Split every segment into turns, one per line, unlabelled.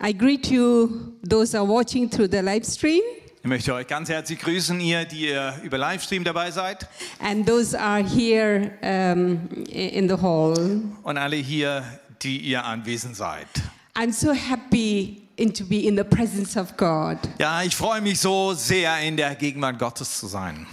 I greet you, those who are watching through the live stream,
Ich möchte euch ganz herzlich grüßen, ihr, die ihr über Livestream dabei seid
and those are here um, i- in the hall.
und alle hier, die ihr anwesend seid.
I'm so happy in, to be in the presence of God.
Ja, ich freue mich so sehr, in der Gegenwart Gottes zu sein.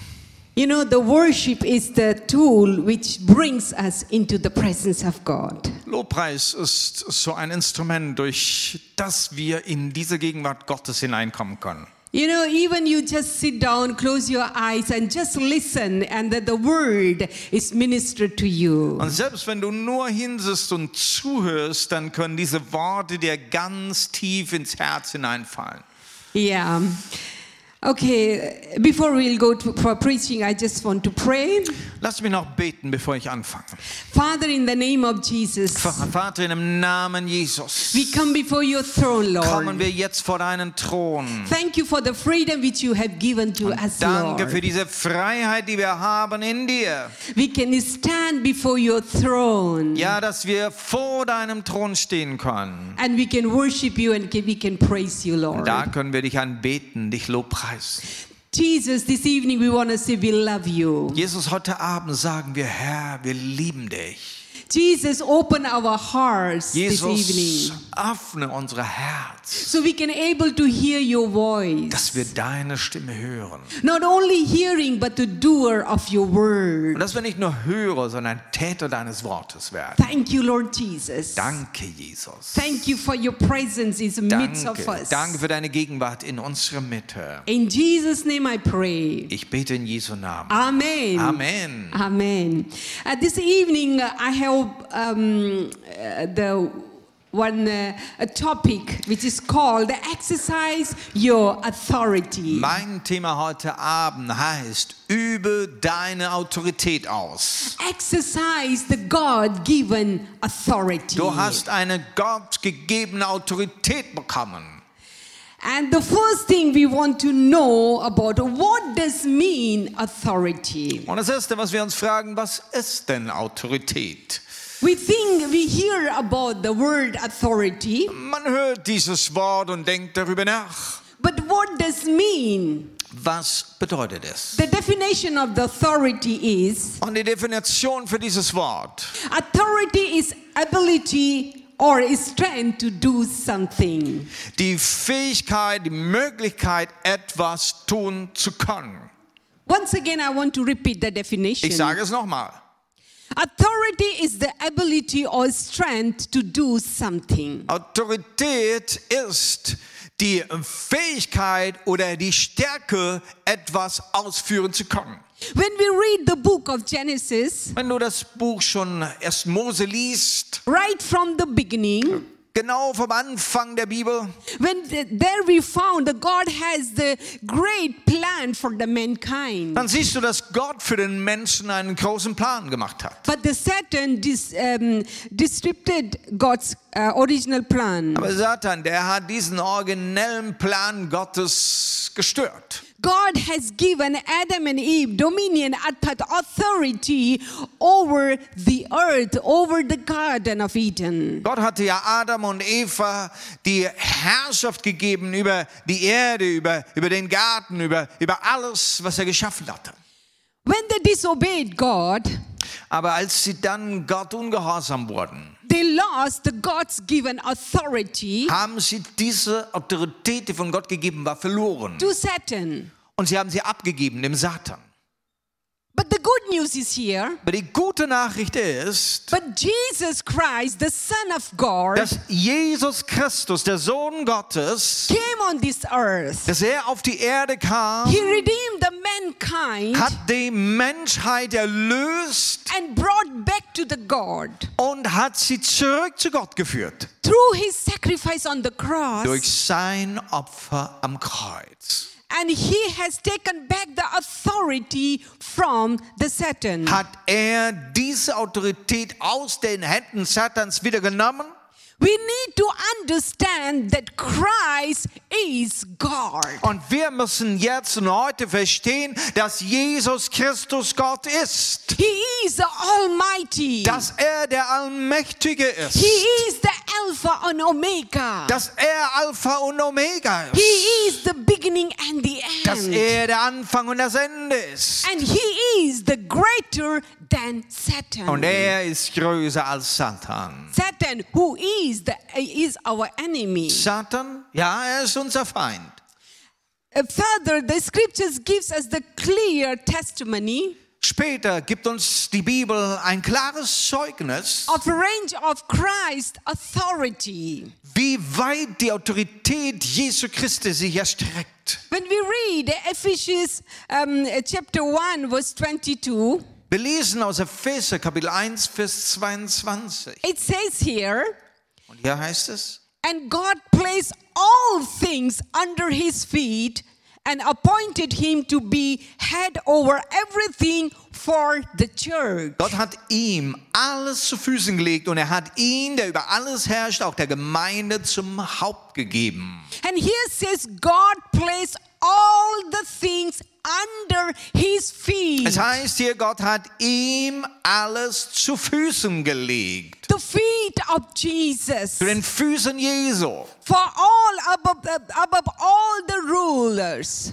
You know, the worship is the tool which brings us into the presence of God.
Lobpreis ist so ein Instrument, durch das wir in diese Gegenwart Gottes hineinkommen können.
You know, even you just sit down, close your eyes, and just listen, and that the word is ministered to you.
Und selbst wenn du nur hinsitzt und zuhörst, dann können diese Worte dir ganz tief ins Herz hineinfallen.
Yeah. Okay, before we'll go to, for preaching, I just want to pray.
Lass mich noch beten, bevor ich anfange.
Father, in the name of Jesus,
Vater, in dem Namen Jesus
we come before your throne,
kommen
Lord.
wir jetzt vor deinen Thron.
Thank you for the freedom which you have given to us,
Danke für
Lord.
diese Freiheit, die wir haben in dir.
We can stand before your throne.
Ja, dass wir vor deinem Thron stehen können.
And we can worship you and we can praise you, Lord.
Da können wir dich anbeten, dich lobpreisen.
Jesus, this evening we want to say we love you.
Jesus, heute Abend sagen wir, Herr, wir lieben dich.
Jesus, open our hearts this
Jesus,
evening
öffne unsere Herz,
so we can able to hear your
dass
voice.
wir deine Stimme hören.
Not only hearing, but the doer of your
Und
word.
dass wir nicht nur Hörer, sondern Täter deines Wortes werden.
Thank you, Lord Jesus.
Danke, Jesus.
Thank you for your presence in the midst of
Danke.
us.
Danke für deine Gegenwart in unserer Mitte.
In Jesus' name I pray.
Ich bete in Jesu Namen.
Amen.
Amen.
Amen. Uh, this evening, uh, I have um, uh, the one uh, a topic which is called "Exercise Your Authority."
Mein Thema heute Abend heißt, übe deine Autorität aus.
Exercise the God-given authority.
Du hast eine gottgegebene Autorität bekommen.
And the first thing we want to know about what does mean authority.
Und das Erste, was wir uns fragen, was ist denn Autorität?
We think we hear about the word authority,
Man hört dieses Wort und denkt darüber nach.
but what does mean?
Was bedeutet es?
The definition of the authority is
Und die Definition für dieses Wort.
Authority is ability or is strength to do something.
Die Fähigkeit, die Möglichkeit, etwas tun zu können.
Once again, I want to repeat the definition.
Ich sage es nochmal.
Authority is the ability or strength to do something.
Autorität ist die Fähigkeit oder die Stärke, etwas ausführen zu können.
When we read the book of Genesis,
Wenn du das Buch schon erst Mose liest,
right from the beginning,
genau vom Anfang der Bibel,
when th- there we found that God has the great plan for the mankind.
dann siehst du, dass Gott für den Menschen einen großen Plan gemacht hat.
But the Satan dis, um, disrupted God's uh, original plan.
Aber Satan, der hat diesen originellen Plan Gottes gestört.
God has given Adam and Eve dominion, arthat authority over the earth, over the Garden of Eden.
Gott hatte ja Adam und Eva die Herrschaft gegeben über die Erde, über, über den Garten, über, über alles, was er geschaffen hatte.
When they disobeyed God,
Aber als sie dann Gott ungehorsam wurden,
they lost the God's given authority
haben sie diese Autorität, die von Gott gegeben war, verloren.
to Satan.
Und sie haben sie abgegeben dem Satan.
But the good news is here.
Aber die gute Nachricht ist,
But Jesus Christ, the Son of God,
dass Jesus Christus, der Sohn Gottes,
came on this earth.
dass er auf die Erde kam,
He redeemed the mankind
hat die Menschheit erlöst
and brought back to the God
und hat sie zurück zu Gott geführt.
through his sacrifice on the cross.
Durch sein Opfer am Kreuz
and he has taken back the authority from the Satan.
hat er diese Autorität aus den Händen Satans wieder genommen.
We need to understand that Christ is God.
Und wir müssen jetzt und heute verstehen, dass Jesus Christus Gott ist.
He is the Almighty.
Dass er der Allmächtige
He
ist.
is the Alpha and Omega.
dass er Alpha und Omega
He
ist,
is the beginning and the
dass
end.
er der Anfang und das Ende ist.
And he is the greater than Satan.
Und er ist größer als Satan.
Satan, who is the is our enemy.
Satan, ja, er ist unser Feind.
Uh, Further, the scriptures gives us the clear testimony
Später gibt uns die Bibel ein klares Zeugnis,
of a range of Christ's authority.
wie weit die Autorität Jesu Christi sich erstreckt.
When we read Ephesians um, chapter 1, verse 22,
Wir lesen aus Epheser Kapitel 1, Vers 22.
it says here,
Und hier heißt es,
And God placed all things under his feet and appointed him to be head over everything for the church.
Gott hat ihm alles zu Füßen gelegt und er hat ihn, der über alles herrscht, auch der Gemeinde zum Haupt gegeben.
And here says, God placed all the things under his feet.
Es heißt hier, Gott hat ihm alles zu Füßen gelegt.
the feet of Jesus.
Zu den Füßen Jesu.
For all above, above all the rulers,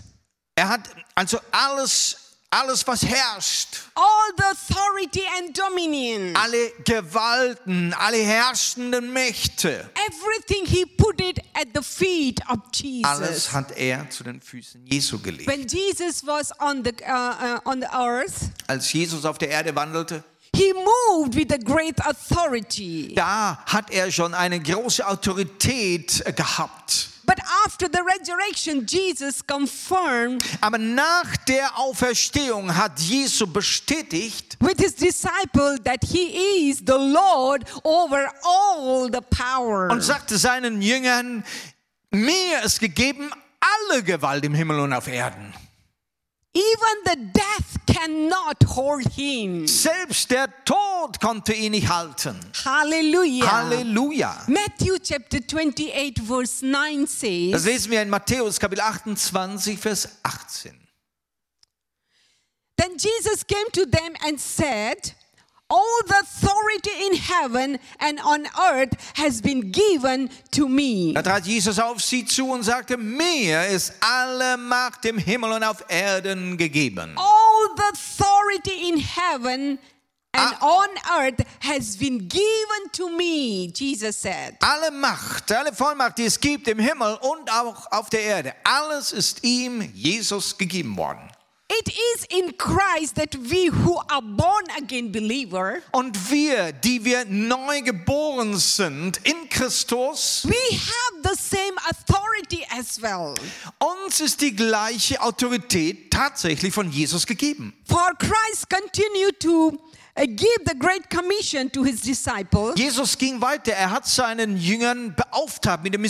Er hat also alles, alles was herrscht,
all the authority and dominion,
alle Gewalten, alle herrschenden Mächte,
everything he put it at the feet of Jesus.
alles hat er zu den Füßen Jesu gelegt.
When Jesus was on the uh, uh, on the earth,
Als Jesus auf der Erde wandelte,
he moved with a great authority.
da hat er schon eine große Autorität äh, gehabt.
But after the resurrection, Jesus confirmed
Aber nach der Auferstehung hat Jesus bestätigt,
with his disciple that he is the Lord over all the power.
und sagte seinen Jüngern, mir ist gegeben alle Gewalt im Himmel und auf Erden.
Even the death cannot hold him.
Selbst der Tod konnte ihn nicht halten.
Hallelujah.
Halleluja.
Matthew chapter 28 verse 9
Das
says,
lesen wir in Matthäus Kapitel 28, Vers 18.
Then Jesus came to them and said, All the authority in heaven and on earth has been given to me.
Da trat Jesus auf sie zu und sagte, mir ist alle Macht im Himmel und auf Erden gegeben.
All the authority in heaven and on earth has been given to me, Jesus said.
Alle Macht, alle Vollmacht, die es gibt im Himmel und auch auf der Erde, alles ist ihm, Jesus, gegeben worden.
It is in Christ that we who are born again believer,
Und wir, die wir neu geboren sind in Christus,
we have the same authority as well.
uns ist die gleiche Autorität tatsächlich von Jesus gegeben.
For Christ continued to uh, give the great commission to his disciples.
Jesus ging weiter. Er hat seinen Jüngern beauftragt mit dem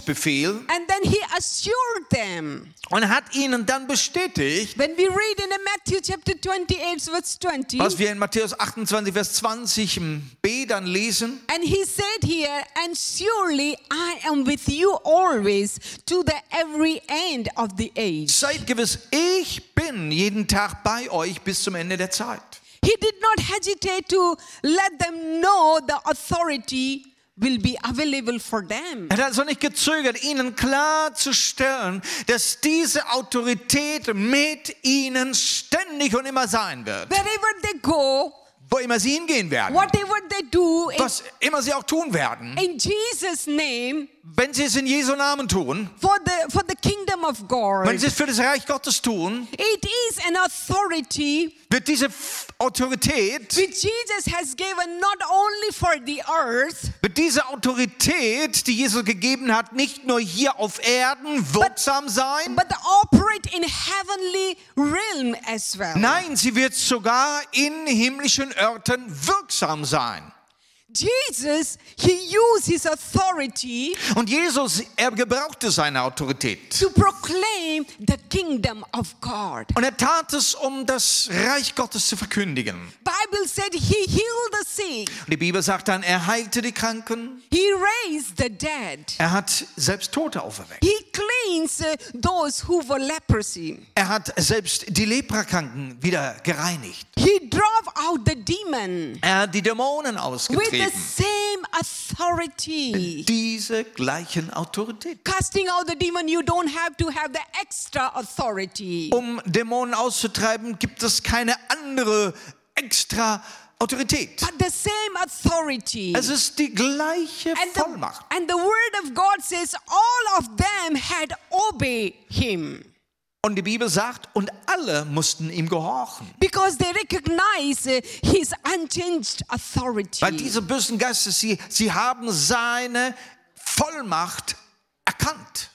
Missionsbefehl
And then he assured them.
und hat ihnen dann bestätigt,
When we read in Matthew chapter 28, verse 20,
was wir in Matthäus 28, Vers 20 im B dann lesen.
and he said here, And surely I am with you always to the every end of the age.
Seid gewiss, ich bin jeden Tag bei euch bis zum Ende der Zeit.
He did not hesitate to let them know the authority will be available for them.
Er hat also nicht gezögert, ihnen klarzustellen, dass diese Autorität mit ihnen ständig und immer sein wird.
Wherever they go,
Wo immer sie hingehen werden,
whatever they do, in,
was immer sie auch tun werden,
in Jesus' name,
wenn sie es in Jesu Namen tun,
for the, for the kingdom of
Wenn
God,
sie es für das Reich Gottes tun,
it is an authority
wird diese F- Autorität,
which Jesus has given not only for the earth,
wird diese Autorität, die Jesus gegeben hat, nicht nur hier auf Erden wirksam sein,
but operate in heavenly realm as well.
nein, sie wird sogar in himmlischen Örtern wirksam sein.
Jesus, he used his authority
Und Jesus, er gebrauchte seine Autorität.
to proclaim the kingdom of God.
Und er tat es, um das Reich Gottes zu verkündigen.
Bible said he healed the sick,
Und die Bibel sagt dann, er heilte die Kranken,
he raised the dead.
er hat selbst Tote auferweckt.
He cleansed uh, those who were leprosy.
Er hat selbst die Leprakranken wieder gereinigt.
He drove out the demon
Er hat die Dämonen
with the
ausgetrieben.
same authority.
Diese gleichen Autorität.
Casting out the demon, you don't have to have the extra authority.
Um Dämonen auszutreiben, gibt es keine andere extra Autorität.
But the same authority.
Es ist die gleiche
And the,
Vollmacht.
and the word of God says all of them had obey him
Und die Bibel sagt, und alle mussten ihm gehorchen.
because they recognize uh, his unchanged authority.
Weil diese bösen Geister, sie, sie haben seine Vollmacht erkannt.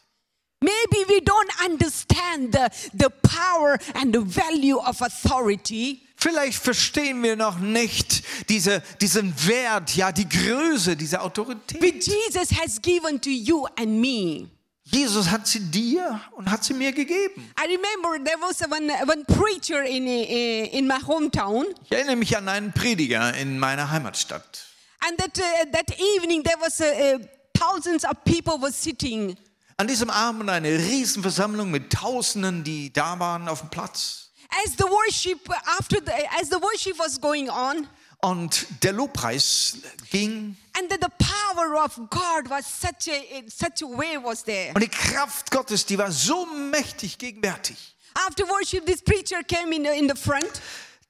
Maybe we don't understand the, the power and the value of authority,
Vielleicht verstehen wir noch nicht diese, diesen Wert, ja, die Größe dieser Autorität.
which Jesus has given to you and me.
Jesus hat sie dir und hat sie mir gegeben.
I remember there was one, one preacher in, uh, in my hometown,
Ich erinnere mich an einen Prediger in meiner Heimatstadt.
and that, uh, that evening there was uh, uh, thousands of people were sitting
An diesem Abend eine Riesenversammlung mit Tausenden, die da waren auf dem Platz.
As the worship after the as the worship was going on,
Und der Lobpreis ging
and that the power of God was such a in such a way was there.
und die Kraft Gottes, die war so mächtig gegenwärtig.
After worship, this preacher came in the, in the front.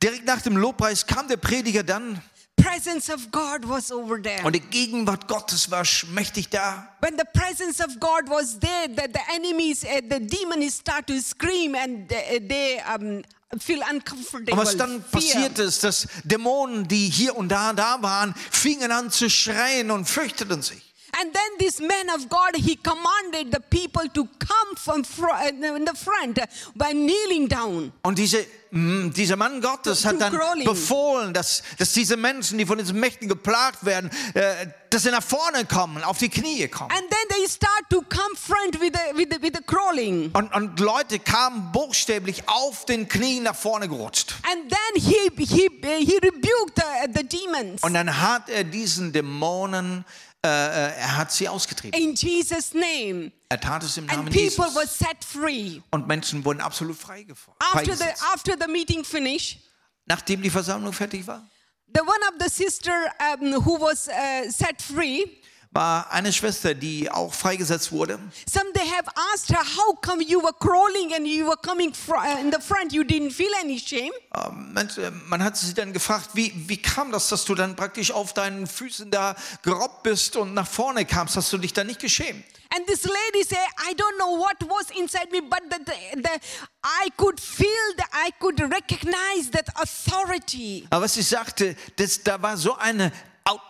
Direkt nach dem Lobpreis kam der Prediger dann
Presence of God was over there.
und die Gegenwart Gottes war sch- mächtig da.
When the presence of God was there, that the enemies, uh, the demons start to scream and they, they um, feel uncomfortable.
Und was dann
fear.
passierte ist, dass Dämonen, die hier und da da waren, fingen an zu schreien und fürchteten sich.
And then this man of God, he commanded the people to come from fro- uh, in the front by kneeling down.
Und diese, mm, dieser Mann Gottes
To-
hat
to
dann
crawling.
befohlen, dass, dass diese Menschen, die von diesen Mächten geplagt werden, äh, dass sie nach vorne kommen, auf die Knie kommen.
And then they start to confront with the, with the, with the crawling.
Und, und Leute kamen buchstäblich auf den Knien nach vorne gerutscht.
And then he, he, he rebuked the, the demons.
Und dann hat er diesen Dämonen, äh, äh, er hat sie ausgetrieben.
In Jesus' name.
Er tat es im
And
Namen
people
Jesus.
were set free.
Und Menschen wurden absolut freigef-
After the,
freigesetzt.
after the meeting finished,
Nachdem die Versammlung fertig war,
the one of the sister um, who was uh, set free,
war eine Schwester, die auch freigesetzt wurde.
some they have asked her, how come you were crawling and you were coming fr- uh, in the front? You didn't feel any shame?
Ähm, Man, äh, man hat sie dann gefragt, wie, wie kam das, dass du dann praktisch auf deinen Füßen da gerobbt bist und nach vorne kamst? Hast du dich dann nicht geschämt?
And this lady said, I don't know what was inside me, but the, the, the, I could feel, the, I could recognize that authority.
Aber was ich sagte, das, da war so eine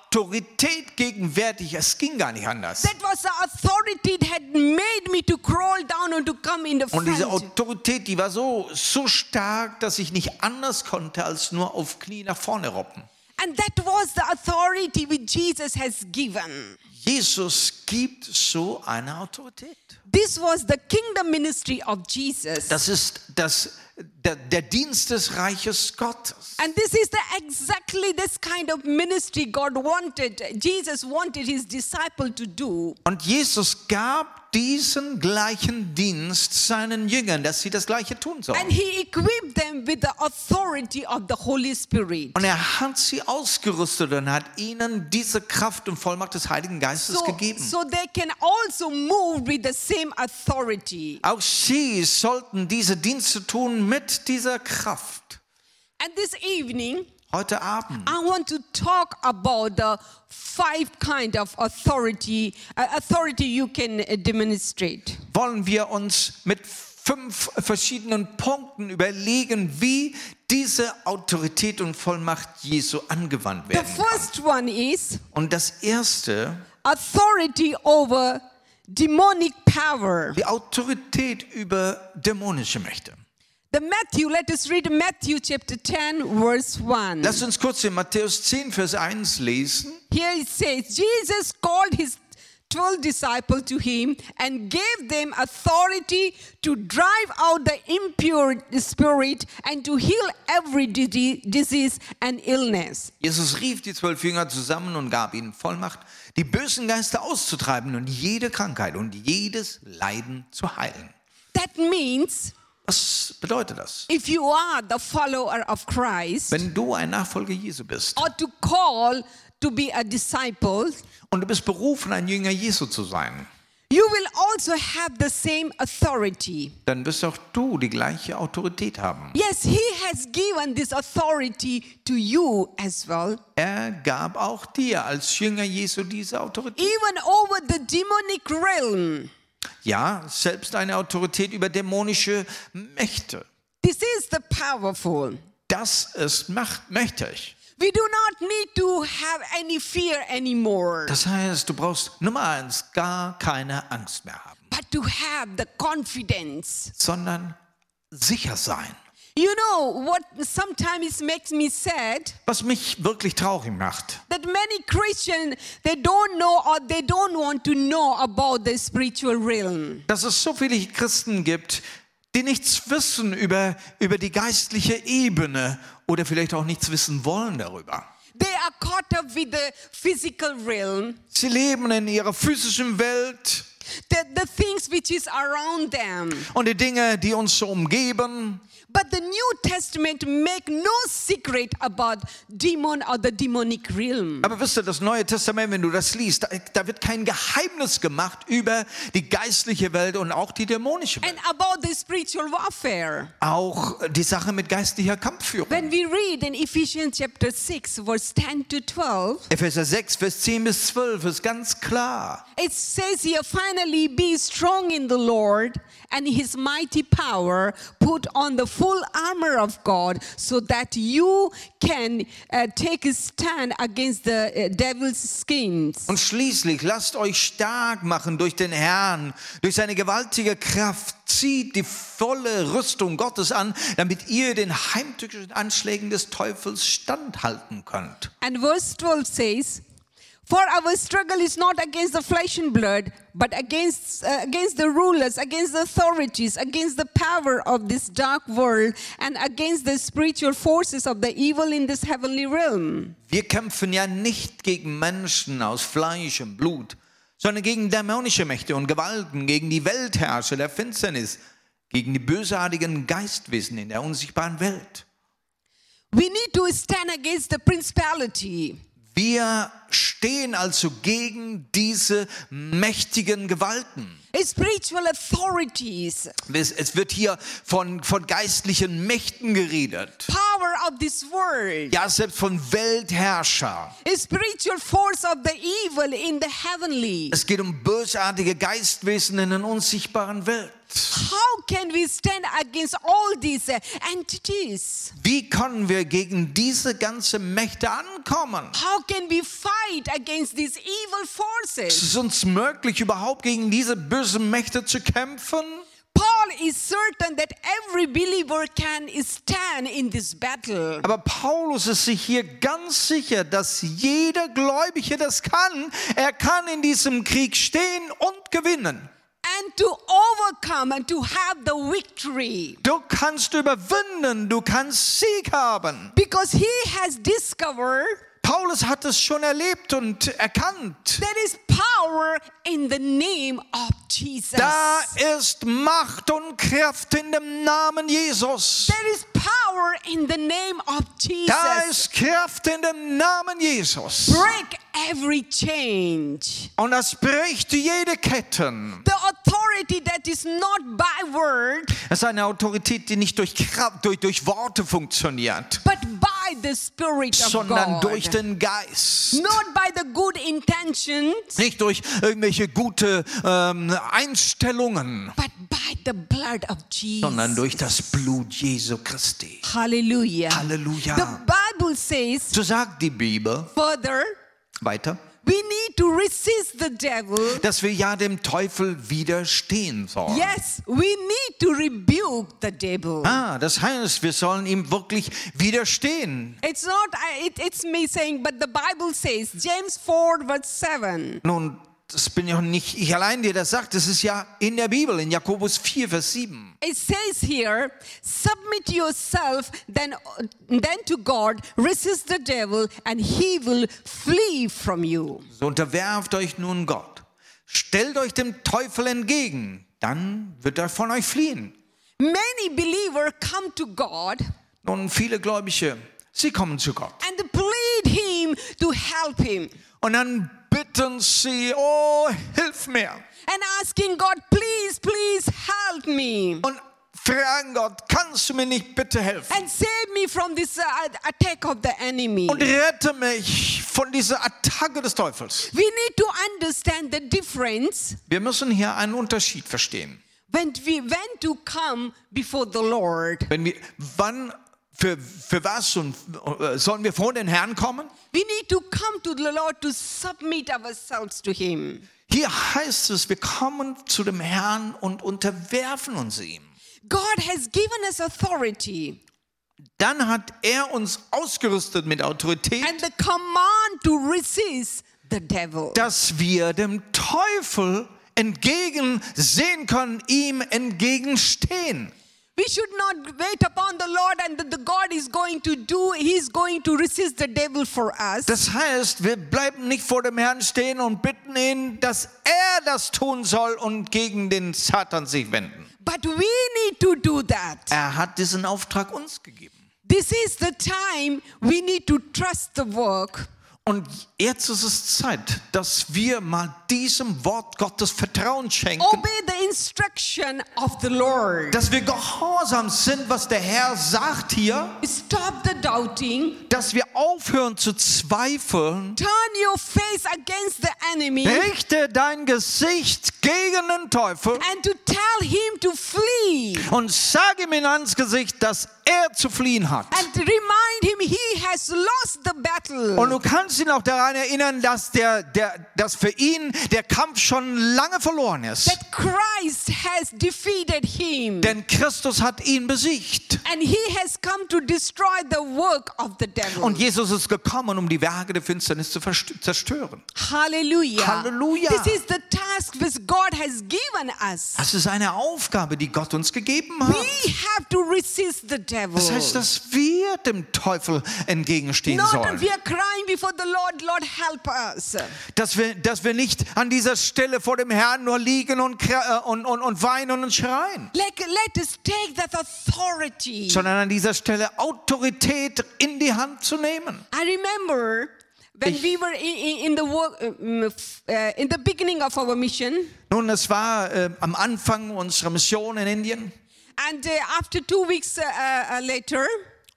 Autorität gegenwärtig, es ging gar nicht anders.
That was the authority that had made me to crawl down and to come in the
Und
front.
diese Autorität, die war so, so stark, dass ich nicht anders konnte, als nur auf Knie nach vorne robben.
and that was the authority which Jesus has given.
Jesus gibt so eine Autorität.
This was the kingdom ministry of Jesus.
Das ist das, der, der Dienst des Reiches Gottes.
and this is the exactly this kind of ministry God wanted, Jesus wanted his disciple to do.
Und Jesus gab diesen gleichen Dienst seinen Jüngern, dass sie das gleiche tun
And
sollen.
he equipped them with the authority of the Holy Spirit.
Und er hat sie ausgerüstet und hat ihnen diese Kraft und Vollmacht des Heiligen Geistes
So,
gegeben.
so they can also move with the same authority.
Auch sie sollten diese Dienste tun mit dieser Kraft.
And this evening,
Heute Abend.
I want to talk about the five kind of authority uh, authority you can uh, demonstrate.
wollen wir uns mit fünf verschiedenen Punkten überlegen, wie diese Autorität und Vollmacht Jesu angewandt
The
werden kann.
first one is
Und das Erste,
authority over demonic power.
die Autorität über dämonische Mächte.
The Matthew, let us read Matthew chapter 10 verse 1.
Lass uns kurz in Matthäus 10, Vers 1 lesen.
Here it says, Jesus called his 12 disciples to him and gave them authority to drive out the impure spirit and to heal every di- disease and illness.
Jesus rief die zwölf Jünger zusammen und gab ihnen Vollmacht, die bösen Geister auszutreiben und jede Krankheit und jedes Leiden zu heilen.
That means
Was bedeutet das?
If you are the follower of Christ,
Wenn du ein Nachfolger Jesu bist
or to call to be a disciple,
und du bist berufen, ein Jünger Jesu zu sein,
you will also have the same authority.
dann wirst auch du die gleiche Autorität haben.
Yes, He has given this authority to you as well,
Er gab auch dir als Jünger Jesu diese Autorität.
even over the demonic realm.
Ja, selbst eine Autorität über dämonische Mächte.
This is the powerful.
Das ist macht, mächtig.
We do not need to have any fear anymore,
Das heißt, du brauchst Nummer eins gar keine Angst mehr haben,
but to have the confidence.
sondern sicher sein.
You know what sometimes makes me sad?
Was mich wirklich traurig macht,
that many Christians they don't know or they don't want to know about the spiritual realm.
dass es so viele Christen gibt, die nichts wissen über, über die geistliche Ebene oder vielleicht auch nichts wissen wollen darüber.
They are caught up with the physical realm,
Sie leben in ihrer physischen Welt
the, the things which is around them.
und die Dinge, die uns so umgeben.
But the New Testament make no secret about demon or the demonic realm.
Aber wisst ihr, das Neue Testament, wenn du das liest, da, da wird kein Geheimnis gemacht über die geistliche Welt und auch die dämonische Welt.
And about the spiritual warfare.
Auch die Sache mit geistlicher Kampfführung.
When we read in Ephesians chapter 6, verse 10 to 12,
Epheser 6, Vers 10 bis 12 ist ganz klar.
It says here, finally, be strong in the Lord and his mighty power. Put on the full armor of God so that you can uh, take a stand against the uh, devil's schemes.
Und schließlich lasst euch stark machen durch den Herrn, durch seine gewaltige Kraft. Zieht die volle Rüstung Gottes an, damit ihr den heimtückischen Anschlägen des Teufels standhalten könnt.
And verse 12 says, for our struggle is not against the flesh and blood, but against, uh, against the rulers, against the authorities, against the power of this dark world, and against the spiritual forces of the evil in this heavenly realm.
Wir kämpfen ja nicht gegen Menschen aus Fleisch und Blut, sondern gegen dämonische Mächte und Gewalten, gegen die Weltherrscher der Finsternis, gegen die bösartigen Geistwesen in der unsichtbaren Welt.
We need to stand against the principality.
Wir stehen also gegen diese mächtigen Gewalten.
Spiritual authorities,
Es es wird hier von, von geistlichen Mächten geredet.
power of this world,
Ja, selbst von Weltherrscher.
spiritual force of the evil in the heavenly.
Es geht um bösartige Geistwesen in der unsichtbaren Welt.
How can we stand against all these uh, entities?
Wie können wir gegen diese ganze Mächte ankommen?
How can we fight against these evil
Ist
forces?
es uns möglich, überhaupt gegen diese bösen Mächte zu kämpfen?
Paul is certain that every believer can stand in this battle.
Aber Paulus ist sich hier ganz sicher, dass jeder Gläubige das kann. Er kann in diesem Krieg stehen und gewinnen.
And to overcome and to have the victory.
Du kannst überwinden, du kannst Sieg haben.
Because he has discovered
Paulus hat es schon erlebt und erkannt.
there is power in the name of Jesus.
Da ist Macht und Kraft in dem Namen Jesus.
There is power in the name of
Da
Jesus.
ist Kraft in dem Namen Jesus.
Break every change.
Und das bricht jede Ketten.
The authority that is not by word,
Es ist eine Autorität, die nicht durch, Kraft, durch, durch Worte funktioniert,
but by the Spirit of
sondern
God.
durch den Geist.
not by the good intentions,
Nicht durch irgendwelche gute ähm, Einstellungen,
but by the blood of Jesus.
sondern durch das Blut Jesu Christi.
Hallelujah. The
Halleluja.
Bible says
So sagt die Bibel
further,
weiter,
we need to resist the devil.
dass wir ja dem Teufel widerstehen sollen.
Yes, we need to rebuke the devil.
Ah, das heißt, wir sollen ihm wirklich widerstehen.
It's not, I- it, it's me saying, but the Bible says, James 4, verse 7.
Nun, das bin ja nicht ich allein, der das sagt. Das ist ja in der Bibel, in Jakobus 4, Vers 7.
It says here, submit yourself then, then to God, resist the devil, and he will flee from you.
So unterwerft euch nun Gott. Stellt euch dem Teufel entgegen, dann wird er von euch fliehen.
Many believers come to God
Nun, viele Gläubige, sie kommen zu Gott.
and they plead Him to help Him
Und dann bitten sie, oh, hilf mir.
and asking God, please, please help me
Und fragen Gott, kannst du mir nicht bitte helfen?
and save me from this uh, attack of the enemy.
Und rette mich von dieser Attacke des Teufels.
We need to understand the difference
Wir müssen hier einen Unterschied verstehen.
when we when to come before the Lord.
Wenn wir, wann, für, für was und, äh, sollen wir vor den Herrn kommen?
We need to come to the Lord to submit ourselves to Him.
Hier heißt es, wir kommen zu dem Herrn und unterwerfen uns ihm.
God has given us authority
Dann hat er uns ausgerüstet mit Autorität,
and the command to resist the devil.
dass wir dem Teufel entgegensehen können, ihm entgegenstehen.
We should not wait upon the Lord and that the God is going to do, He's going to resist the devil for us.
Das heißt, wir bleiben nicht vor dem Herrn stehen und bitten ihn, dass er das tun soll und gegen den Satan sich wenden.
But we need to do that.
Er hat diesen Auftrag uns gegeben.
This is the time we need to trust the work
Und jetzt ist es Zeit, dass wir mal diesem Wort Gottes Vertrauen schenken,
obey the instruction of the Lord.
dass wir gehorsam sind, was der Herr sagt hier,
Stop the doubting.
dass wir aufhören zu zweifeln.
Turn your face against the enemy
Richte dein Gesicht gegen den Teufel
and to tell him to flee
und sag ihm in ans Gesicht, dass er zu fliehen hat.
and to remind him he has lost the battle.
Und du kannst ihn auch daran erinnern, dass, der, der, dass für ihn der Kampf schon lange verloren ist.
that Christ has defeated him
Denn Christus hat ihn besiegt.
and he has come to destroy the work of the devil.
Und Jesus ist gekommen, um die Werke der Finsternis zu verst- zerstören.
Hallelujah.
Hallelujah.
This is the task which God has given us.
Das ist eine Aufgabe, die Gott uns gegeben hat.
We have to resist the devil.
Das heißt, dass wir dem Teufel entgegenstehen
Not that
sollen.
we are crying before the Lord, Lord help us.
Dass wir, dass wir nicht an dieser Stelle vor dem Herrn nur liegen und, kra- äh, und, und, und weinen und schreien,
Like, let us take that authority.
sondern an dieser Stelle Autorität in die Hand zu nehmen.
I remember when
Ich-
we were in, in, in the work, um, f- uh, in the beginning of our mission,
Nun, das war äh, am Anfang unserer Mission in Indien.
and uh, after two weeks uh, uh, later,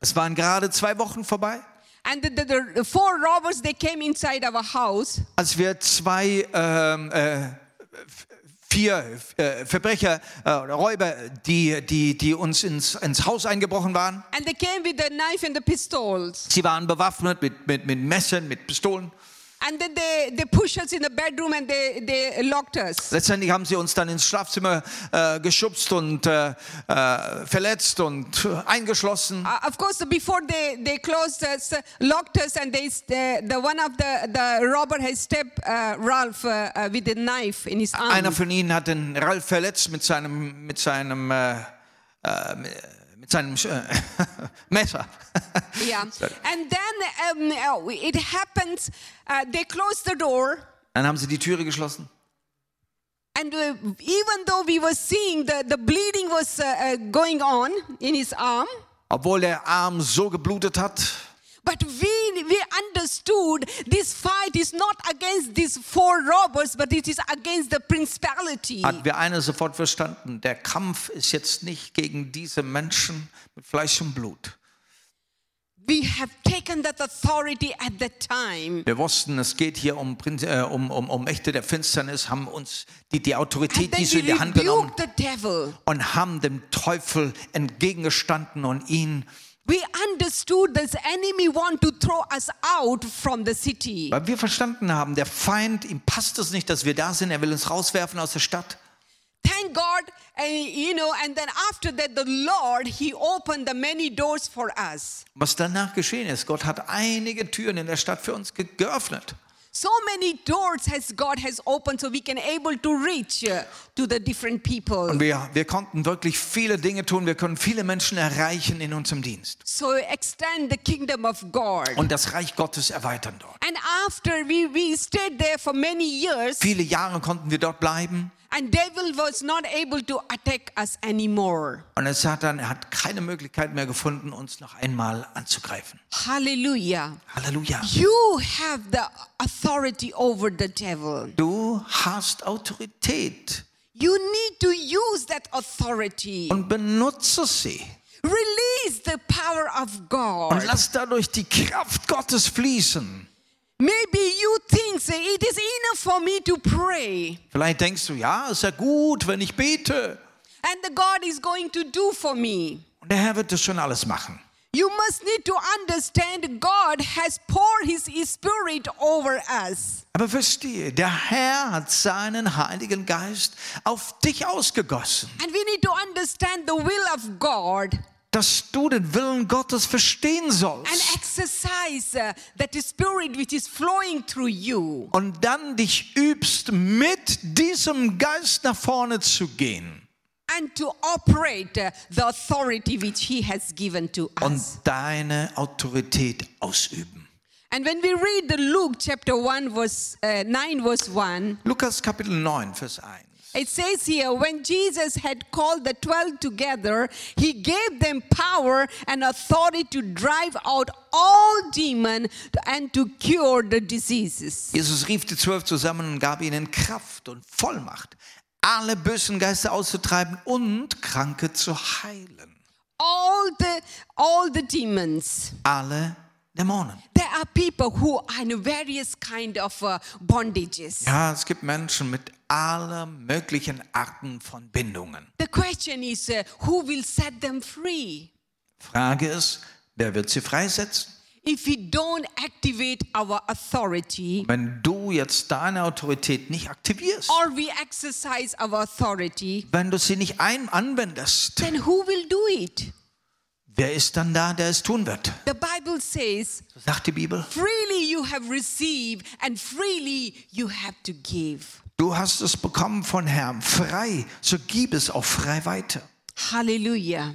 Es waren gerade zwei Wochen vorbei,
and the, the, the four robbers they came inside our house,
als wir zwei, ähm, äh, f- vier äh, Verbrecher äh, oder Räuber, die, die, die uns ins, ins Haus eingebrochen waren.
and they came with the knife and the pistols,
Sie waren bewaffnet mit, mit, mit Messern, mit Pistolen.
and then they, they pushed us in the bedroom and they, they locked us. Uh,
Letztendlich haben sie uns dann ins Schlafzimmer äh, geschubst und äh, äh, verletzt und eingeschlossen.
Uh, of course, before they, they closed us, uh, locked us, and they the, the one of the the robber has stabbed uh, Ralph uh, uh, with a knife in his arm.
Einer von ihnen hat den Ralf verletzt mit seinem, mit seinem, äh, äh, mit seinem äh, Messer.
yeah, and then um, uh, it happens. Uh, they closed the door,
Dann haben sie die Türe geschlossen.
and uh, even though we were seeing the the bleeding was uh, uh, going on in his arm,
Obwohl der Arm so geblutet hat,
but we we understood this fight is not against these four robbers, but it is against the principality.
hatten wir eines sofort verstanden. Der Kampf ist jetzt nicht gegen diese Menschen mit Fleisch und Blut.
We have taken that authority at that time.
Wir wussten, es geht hier um, Prin- äh, um, um, um Mächte der Finsternis, haben uns die, die
And
Autorität
then
Jesu in
we
die Hand genommen
rebuked the devil.
und haben dem Teufel entgegengestanden und ihn
We understood this enemy want to throw us out from the city.
Weil wir verstanden haben, der Feind, ihm passt es nicht, dass wir da sind, er will uns rauswerfen aus der Stadt.
Thank God, and, you know, and then after that, the Lord, He opened the many doors for us.
Was danach geschehen ist, Gott hat einige Türen in der Stadt für uns ge geöffnet.
So many doors has God has opened so we can able to reach uh, to the different people.
Und wir, wir konnten wirklich viele Dinge tun, wir können viele Menschen erreichen in unserem Dienst
So extend the kingdom of God.
und das Reich Gottes erweitern dort.
And after we, we stayed there for many years,
Viele Jahre konnten wir dort bleiben
And devil was not able to attack us anymore.
Und der Satan hat keine Möglichkeit mehr gefunden, uns noch einmal anzugreifen.
Hallelujah.
Halleluja.
You have the authority over the devil.
Du hast Autorität
You need to use that authority.
und benutze sie.
Release the power of
Und
God.
lass dadurch die Kraft Gottes fließen.
Maybe you think say, it is enough for me to pray
Vielleicht denkst du, ja, ist ja gut, wenn ich bete.
and the God is going to do for me.
Und der Herr wird das schon alles machen.
You must need to understand God has poured his spirit over us.
Aber verstehe, der Herr hat seinen Heiligen Geist auf dich ausgegossen,
And we need to understand the will of God
dass du den Willen Gottes verstehen
and
sollst
exercise uh, that spirit which is flowing through you.
und dann dich übst, mit diesem Geist nach vorne zu gehen
and to operate uh, the authority which he has given to
und
us.
deine Autorität ausüben.
And when we read the Luke chapter 1 verse uh, 9 verse 1
Lukas Kapitel 9, Vers 1.
it says here when Jesus had called the 12 together he gave them power and authority to drive out all demon and to cure the diseases.
Jesus rief die Zwölf zusammen und gab ihnen Kraft und Vollmacht, alle bösen Geister auszutreiben und Kranke zu heilen.
All the all the demons.
Alle Dämonen.
There are people who are in various kind of uh, bondages.
Ja, es gibt Menschen mit aller möglichen Arten von Bindungen.
The question is uh, who will set them free
Frage ist, wer wird sie freisetzen?
if we don't activate our authority
Wenn du jetzt deine Autorität nicht aktivierst,
or we exercise our authority,
wenn du sie nicht ein anwendest,
then who will do it?
wer ist dann da, der es tun wird?
The Bible says,
So sagt die Bibel.
freely you have received and freely you have to give.
Du hast es bekommen von Herrn, frei, so gib es auch frei weiter.
Hallelujah.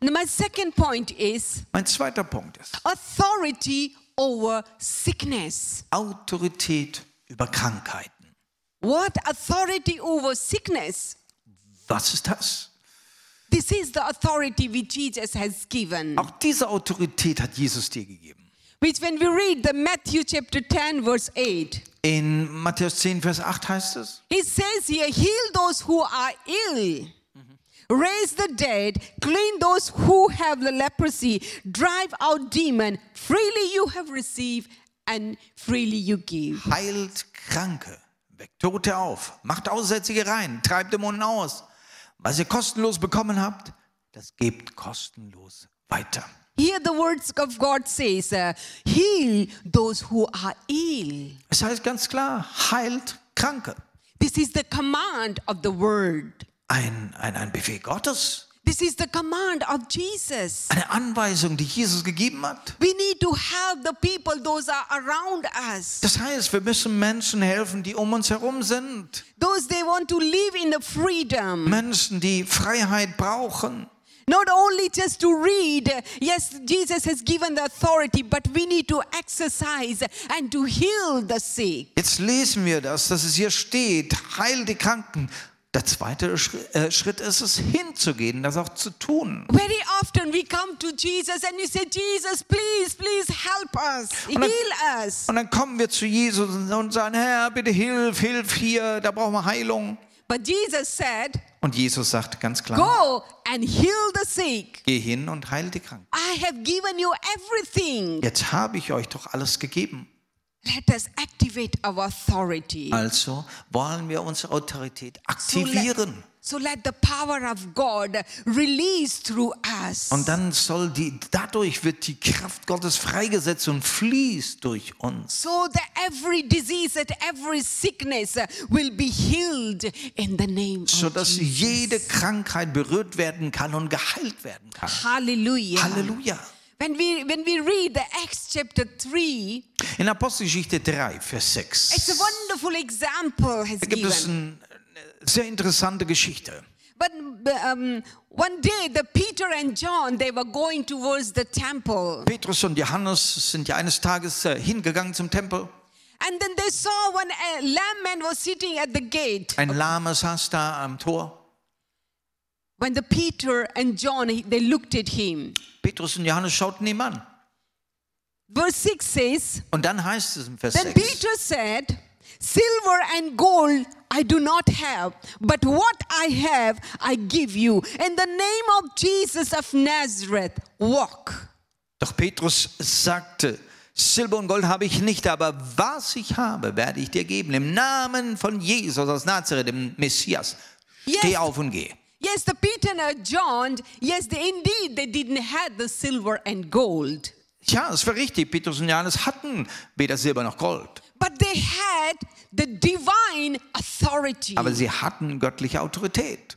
And my second point is
Mein zweiter Punkt ist
authority over sickness.
Autorität über Krankheiten.
What authority over sickness?
Was ist das?
This is the authority which Jesus has given.
Auch diese Autorität hat Jesus dir gegeben.
Which, when we read the Matthew chapter 10, verse 8,
In Matthäus 10, Vers 8 heißt es,
he says here, heal those who are ill, raise the dead, clean those who have the leprosy, drive out demon. Freely you have received, and freely you give.
heilt Kranke, weckt Tote auf, macht Aussätzige rein, treibt Dämonen aus. Was ihr kostenlos bekommen habt, das gebt kostenlos weiter.
Here the words of God says, uh, heal those who are ill.
Es heißt ganz klar, heilt Kranke.
This is the command of the word.
Ein, ein, ein Befehl Gottes,
This is the command of Jesus.
eine Anweisung, die Jesus gegeben hat.
We need to help the people, those are around us.
Das heißt, wir müssen Menschen helfen, die um uns herum sind.
Those they want to live in the freedom.
Menschen, die Freiheit brauchen.
Not only just to read, yes, Jesus has given the authority, but we need to exercise and to heal the sick.
Jetzt lesen wir das, dass es hier steht, heil die Kranken. Der zweite Schri- äh, Schritt ist es, hinzugehen, das auch zu tun.
Very often we come to Jesus and we say, Jesus, please, please help us, heal us.
Und dann kommen wir zu Jesus und sagen, Herr, bitte hilf, hilf hier, da brauchen wir Heilung.
But Jesus said,
Und Jesus sagt ganz klar,
Go and heal the sick.
geh hin und heil die Kranken.
I have given you everything.
Jetzt habe ich euch doch alles gegeben.
Let us activate our authority.
Also wollen wir unsere Autorität
So let-
aktivieren.
So let the power of God release through us.
Und dann soll die, dadurch wird die Kraft Gottes freigesetzt und fließt durch uns.
so that every disease and every sickness uh, will be healed in the name of
sodass
Jesus.
jede Krankheit berührt werden kann und geheilt werden kann.
Hallelujah.
Halleluja.
When we when we read the Acts chapter 3,
In Apostelgeschichte 3, Vers 6.
it's a wonderful example has
Da gibt es
given.
ein- eine sehr interessante Geschichte.
But um, one day the Peter and John they were going towards the temple
Petrus und Johannes sind ja eines Tages äh, hingegangen zum Tempel
And then they saw one uh, lamb man was sitting at the gate.
Ein Lahmer saß da am Tor.
When the Peter and John he- they looked at him.
Petrus und Johannes schauten ihm an.
Verse 6 says,
Und dann heißt es im Vers
Then
6,
Peter said, Silver and gold I do not have, but what I have I give you. In the name of Jesus of Nazareth, walk.
doch Petrus sagte, Silber und Gold habe ich nicht, aber was ich habe, werde ich dir geben. Im Namen von Jesus aus Nazareth, dem Messias.
Yes.
Steh auf und geh.
Yes, the Peter and John, yes, they, indeed they didn't have the silver and gold,
Ja, es war richtig. Petrus und Johannes hatten weder Silber noch Gold.
but they had the divine authority.
Aber sie hatten göttliche Autorität.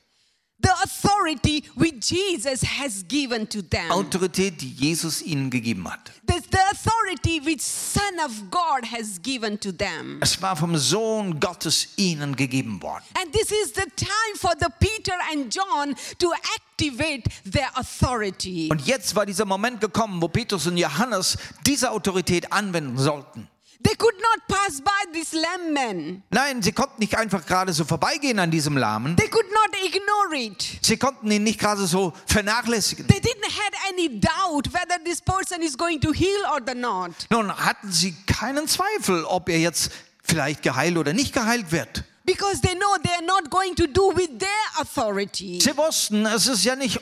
the authority which Jesus has given to them.
Autorität, die Jesus ihnen gegeben hat.
That's the authority which Son of God has given to them.
Es war vom Sohn Gottes ihnen gegeben worden.
And this is the time for the Peter and John to activate their authority.
Und jetzt war dieser Moment gekommen, wo Petrus und Johannes diese Autorität anwenden sollten.
They could not pass by this lame man.
Nein, sie konnten nicht einfach gerade so vorbeigehen an diesem Lahmen.
They could not ignore it.
Sie konnten ihn nicht gerade so vernachlässigen.
They didn't have any doubt whether this person is going to heal or the not.
Nun hatten sie keinen Zweifel, ob er jetzt vielleicht geheilt oder nicht geheilt wird.
Because they know they are not going to do with their authority.
Sie wussten, es ist ja nicht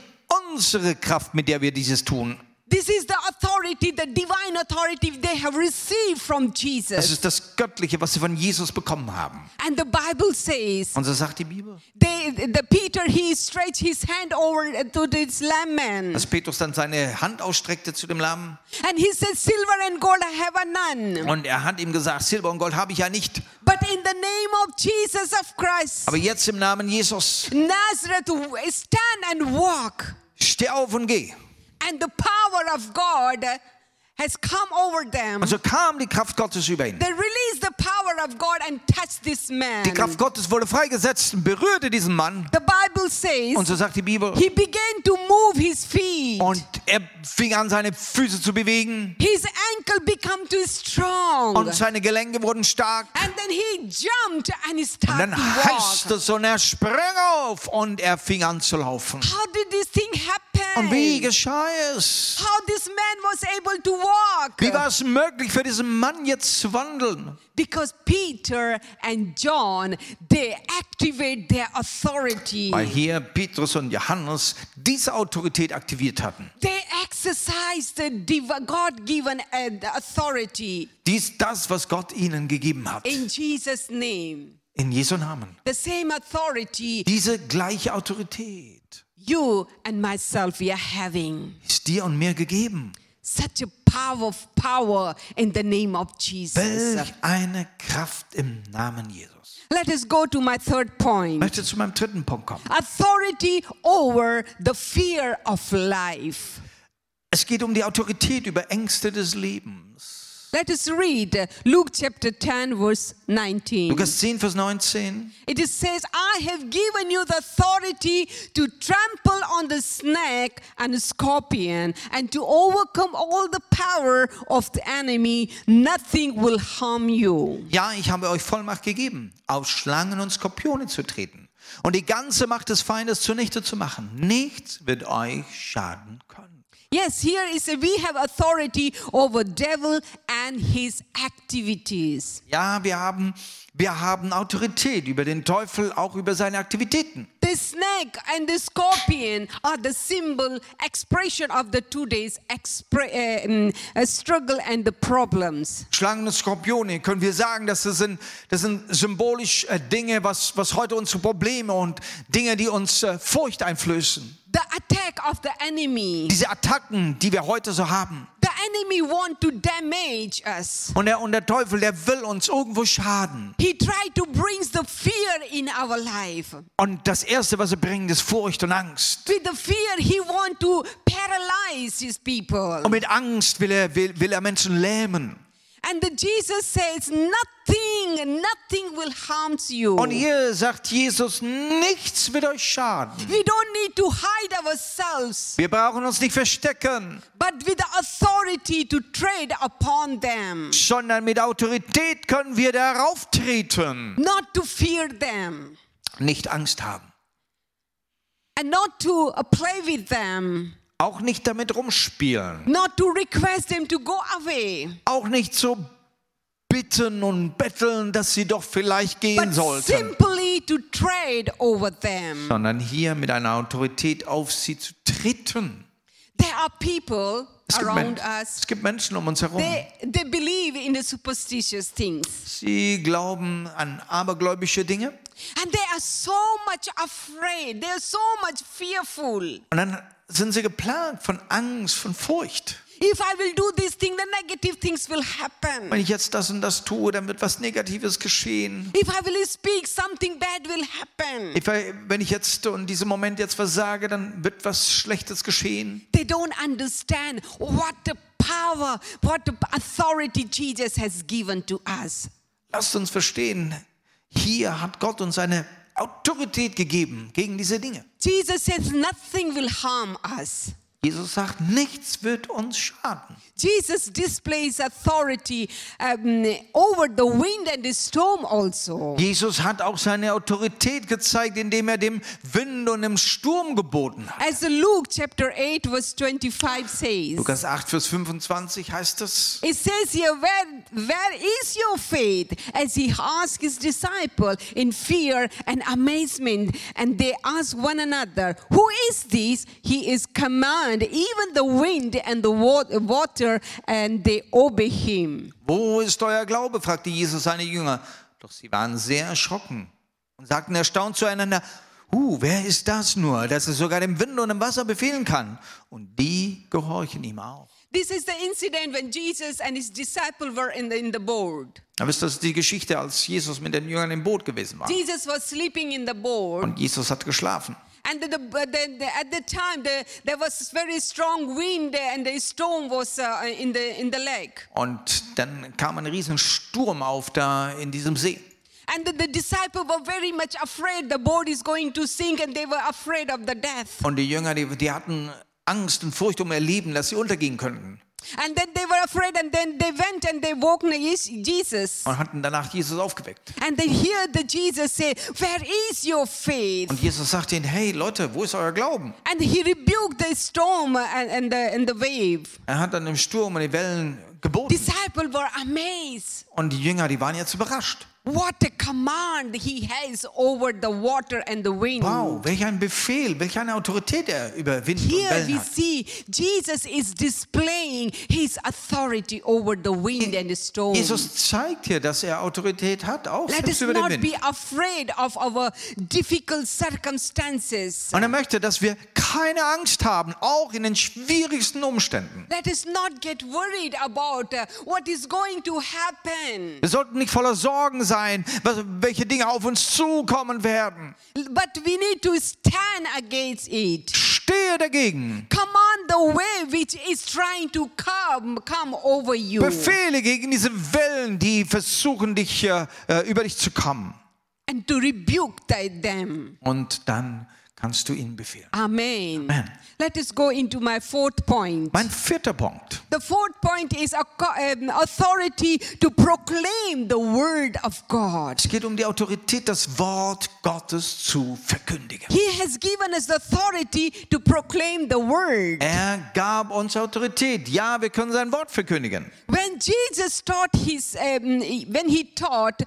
unsere Kraft, mit der wir dieses tun.
This is the authority, the divine authority they have received from
Es
Jesus.
ist das Göttliche, was sie von Jesus bekommen haben.
And the Bible says,
Und so sagt die Bibel,
they, the Peter, he stretched his hand over to this lamb man.
dass Petrus dann seine Hand ausstreckte zu dem Lahmen
And he said, Silver and gold I have a none.
und er hat ihm gesagt, Silber und Gold habe ich ja nicht,
But in the name of Jesus of Christ,
aber jetzt im Namen Jesus,
Nazareth, w- stand and walk.
steh auf und geh.
And the power of God has come over them.
Und so kam die Kraft Gottes über ihn.
They released the power of God and touched this man.
Die Kraft
The
Gottes wurde freigesetzt und berührte diesen Mann.
Bible
Und
says
so sagt die Bibel.
he began to move his feet.
Und er fing an, seine Füße zu bewegen.
His ankle became too strong.
Und seine Gelenke wurden stark.
And then he jumped and he
Und
started
dann
to
heißt
walk.
es, und er sprang auf und er fing an zu laufen.
How did this thing
Und wie
happen?
geschah es?
How this man was able to walk?
Wie war es möglich für diesen Mann jetzt zu wandeln?
Because Peter and John, they activate their authority.
Weil hier Petrus und Johannes diese Autorität aktiviert hatten.
They exercise the div- God-given uh, the authority
Dies das, was Gott ihnen gegeben hat.
in Jesus' name.
In Jesu Namen.
The same authority
Diese gleiche Autorität
you and myself we are having.
ist dir und mir gegeben.
Such a power of power in the name of Jesus.
Welch eine Kraft im Namen Jesus.
Let us go to my third
Ich
point.
möchte zu meinem dritten Punkt kommen.
Authority over the fear of life.
Es geht um die Autorität über Ängste des Lebens.
Let us read uh, Luke chapter 10, verse 19.
Lukas 10, Vers 19.
It is says, I have given you the authority to trample on the snake and the scorpion and to overcome all the power of the enemy. Nothing will harm you.
Ja, ich habe euch Vollmacht gegeben, auf Schlangen und Skorpione zu treten und die ganze Macht des Feindes zunichte zu machen. Nichts wird euch schaden können.
Yes, here is a, we have authority over devil and his activities.
Ja, wir haben, wir haben Autorität über den Teufel, auch über seine Aktivitäten.
The snake and the scorpion are the symbol expression of the two days expre- uh, um, uh, struggle and the problems.
Schlangen und Skorpione, können wir sagen, das sind, das sind symbolisch äh, Dinge, was, was heute unsere Probleme und Dinge, die uns äh, Furcht einflößen.
The attack of the enemy.
Diese Attacken, die wir heute so haben.
The enemy want to damage us.
Und der, und der Teufel, der will uns irgendwo schaden.
He tried to bring the fear in our life.
Und das Erste, was er bringt, ist Furcht und Angst.
With the fear, he want to paralyze his people.
Und mit Angst will er, will, will er Menschen lähmen.
And the Jesus says, nothing nothing and nothing will harm you.
Und hier sagt Jesus, nichts wird euch schaden.
We don't need to hide ourselves,
Wir brauchen uns nicht verstecken,
but with the authority to tread upon them,
sondern mit Autorität können wir darauf treten.
not to fear them,
Nicht Angst haben.
and not to uh, play with them,
Auch nicht damit rumspielen.
not to request them to go away,
Auch nicht so bitten und betteln, dass sie doch vielleicht gehen
but
sollten.
simply to tread over them.
Sondern hier mit einer Autorität auf sie zu treten.
There are people
Es gibt, Men
around us.
es gibt Menschen um uns herum.
They, they believe in the superstitious things
Sie glauben an abergläubische Dinge.
and they are so much afraid they are so much fearful
Und dann sind sie geplagt von Angst, von Furcht.
if i will do this thing the negative things will happen
Wenn ich jetzt das und das tue, dann wird was Negatives geschehen.
if i will speak something bad will happen
Ich ver- Wenn ich jetzt in diesem Moment jetzt versage, dann wird was Schlechtes geschehen.
they don't understand what the power what the authority jesus has given to us
Lasst uns verstehen, hier hat Gott uns eine Autorität gegeben gegen diese Dinge.
jesus says nothing will harm us
Jesus sagt, nichts wird uns schaden.
Jesus displays authority um, over the wind and the storm also.
Jesus hat auch seine Autorität gezeigt, indem er dem Wind und dem Sturm geboten hat.
As Luke chapter 8, verse 25 says,
Lukas 8, Vers 25 heißt es.
it says here, where, where is your faith? As he asked his disciple in fear and amazement, and they asked one another, Who is this? He is command, even the wind and the wa- water, and they obey him.
Wo ist euer Glaube? fragte Jesus seine Jünger. Doch sie waren sehr erschrocken und sagten erstaunt zueinander, Huh, wer ist das nur, dass es sogar dem Wind und dem Wasser befehlen kann? Und die gehorchen ihm auch.
This is the incident when Jesus and his disciple were in the, in the boat.
Da wisst ihr, das ist die Geschichte, als Jesus mit den Jüngern im Boot gewesen war.
Jesus was sleeping in the boat,
Und Jesus hat geschlafen.
and the, the, the, the, at the time the, there was very strong wind, and the storm was uh, in the in the lake.
Und dann kam ein Riesensturm auf da in diesem See.
And the, the disciples were very much afraid the boat is going to sink, and they were afraid of the death.
Und die Jünger, die, die hatten Angst und Furcht um ihr Leben, dass sie untergehen könnten.
And then they were afraid, and then they went and they woke Yes- Jesus,
Und hatten danach Jesus aufgeweckt.
and they heard the Jesus say, "Where is your faith?"
Und Jesus sagte ihnen, hey Leute, wo ist euer Glauben?
And he rebuked the storm and, and the and the wave.
Er hat dann im Sturm und die Wellen geboten.
Disciples were amazed.
Und die Jünger, die waren jetzt überrascht.
What a command he has over the water and the wind.
Wow, welch ein Befehl, welch eine Autorität er über Wind und
Here we
Wellen hat.
see Jesus is displaying his authority over the wind and the storm.
Jesus zeigt hier, dass er Autorität hat, auch
Let us
selbst über den
not
Wind.
be afraid of our difficult circumstances.
Und er möchte, dass wir keine Angst haben, auch in den schwierigsten Umständen.
Let us not get worried about uh, what is going to happen.
Wir sollten nicht voller Sorgen sein, was, welche Dinge auf uns zukommen werden.
But we need to stand against it.
Stehe dagegen.
Command the wave which is trying to come, come over you.
Befehle gegen diese Wellen, die versuchen, dich äh, äh, über dich zu kommen.
and to rebuke thy- them.
Und dann kannst du ihnen befehlen.
Amen.
Amen.
Let us go into my fourth point.
Mein vierter Punkt.
the fourth point is a co- um, authority to proclaim the word of God.
Es geht um die Autorität, das Wort Gottes zu verkündigen.
He has given us the authority to proclaim the word.
Er gab uns Autorität. Ja, wir können sein Wort verkündigen.
When Jesus taught his, um, when he taught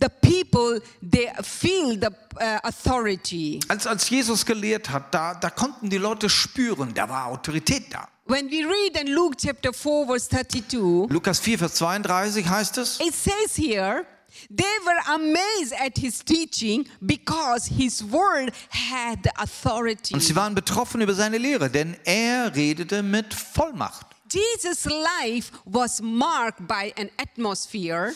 the people, they feel the uh, authority.
Als, als Jesus gelehrt hat, da, da konnten die Leute spüren, da war Autorität da.
When we read in Luke chapter 4, verse 32,
Lukas 4, Vers 32 heißt es.
It says here, they were amazed at his teaching because his word had authority.
Und sie waren betroffen über seine Lehre, denn er redete mit Vollmacht.
Jesus' life was marked by an atmosphere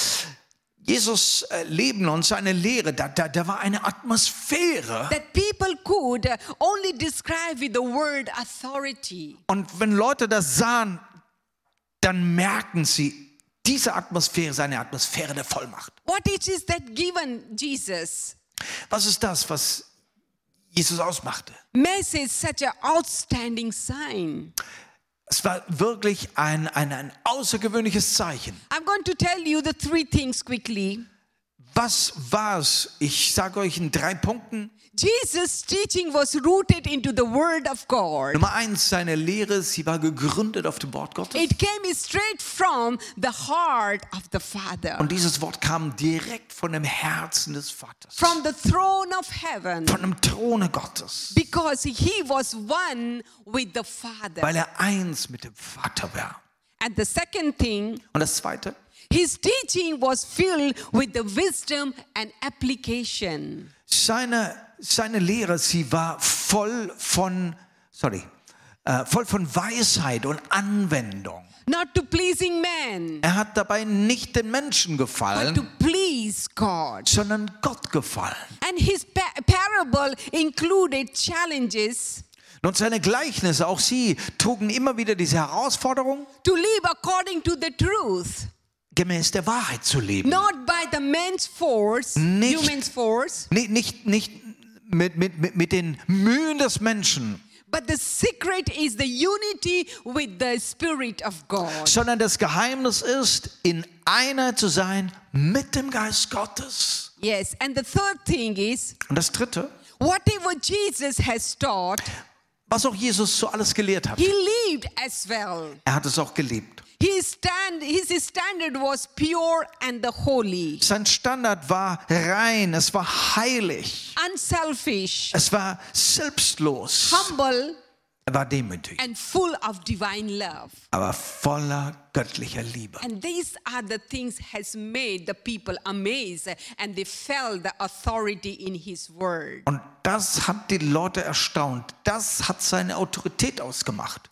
Jesus äh, Leben und seine Lehre, da, da, da war eine Atmosphäre.
that people could uh, only describe with the word authority.
Und wenn Leute das sahen, dann merken sie, diese Atmosphäre seine Atmosphäre der Vollmacht.
What it is that given Jesus
Was ist das, was Jesus ausmachte?
makes it such an outstanding sign.
Es war wirklich ein, ein, ein außergewöhnliches Zeichen.
I'm going to tell you the three things quickly.
Was war es? Ich sage euch in drei Punkten.
Jesus' teaching was rooted into the Word of God.
Nummer eins, seine Lehre, sie war gegründet auf dem Wort Gottes.
It came straight from the heart of the Father,
Und dieses Wort kam direkt von dem Herzen des Vaters,
from the throne of heaven,
von dem Throne Gottes,
because he was one with the Father.
weil er eins mit dem Vater war.
And the second thing,
Und das Zweite,
his teaching was filled with the wisdom and application.
seine, seine Lehre, sie war voll von, sorry, äh, voll von Weisheit und Anwendung.
Not to pleasing man,
Er hat dabei nicht den Menschen
but to
gefallen,
please God.
sondern Gott gefallen.
And his pa- parable included challenges
Und seine Gleichnisse, auch sie, trugen immer wieder diese Herausforderung,
to live according to the truth,
gemäß der Wahrheit zu leben.
not by the man's force,
Nicht-
human's force,
Ni- Nicht, nicht mit, mit, mit, mit den Mühen des Menschen,
but the secret is the unity with the Spirit of God.
sondern das Geheimnis ist, in Einheit zu sein mit dem Geist Gottes.
Yes, and the third thing is
Und das Dritte,
whatever Jesus has taught,
was auch Jesus so alles gelehrt hat,
he lived as well.
er hat es auch gelebt.
His, stand, his standard was pure and the holy,
Sein Standard war rein, es war heilig,
unselfish,
es war selbstlos,
humble,
er war demütig,
and full of divine love.
aber voller göttlicher Liebe.
And these are the things has made the people amazed and they felt the authority in his word.
Und das hat die Leute erstaunt. Das hat seine Autorität ausgemacht.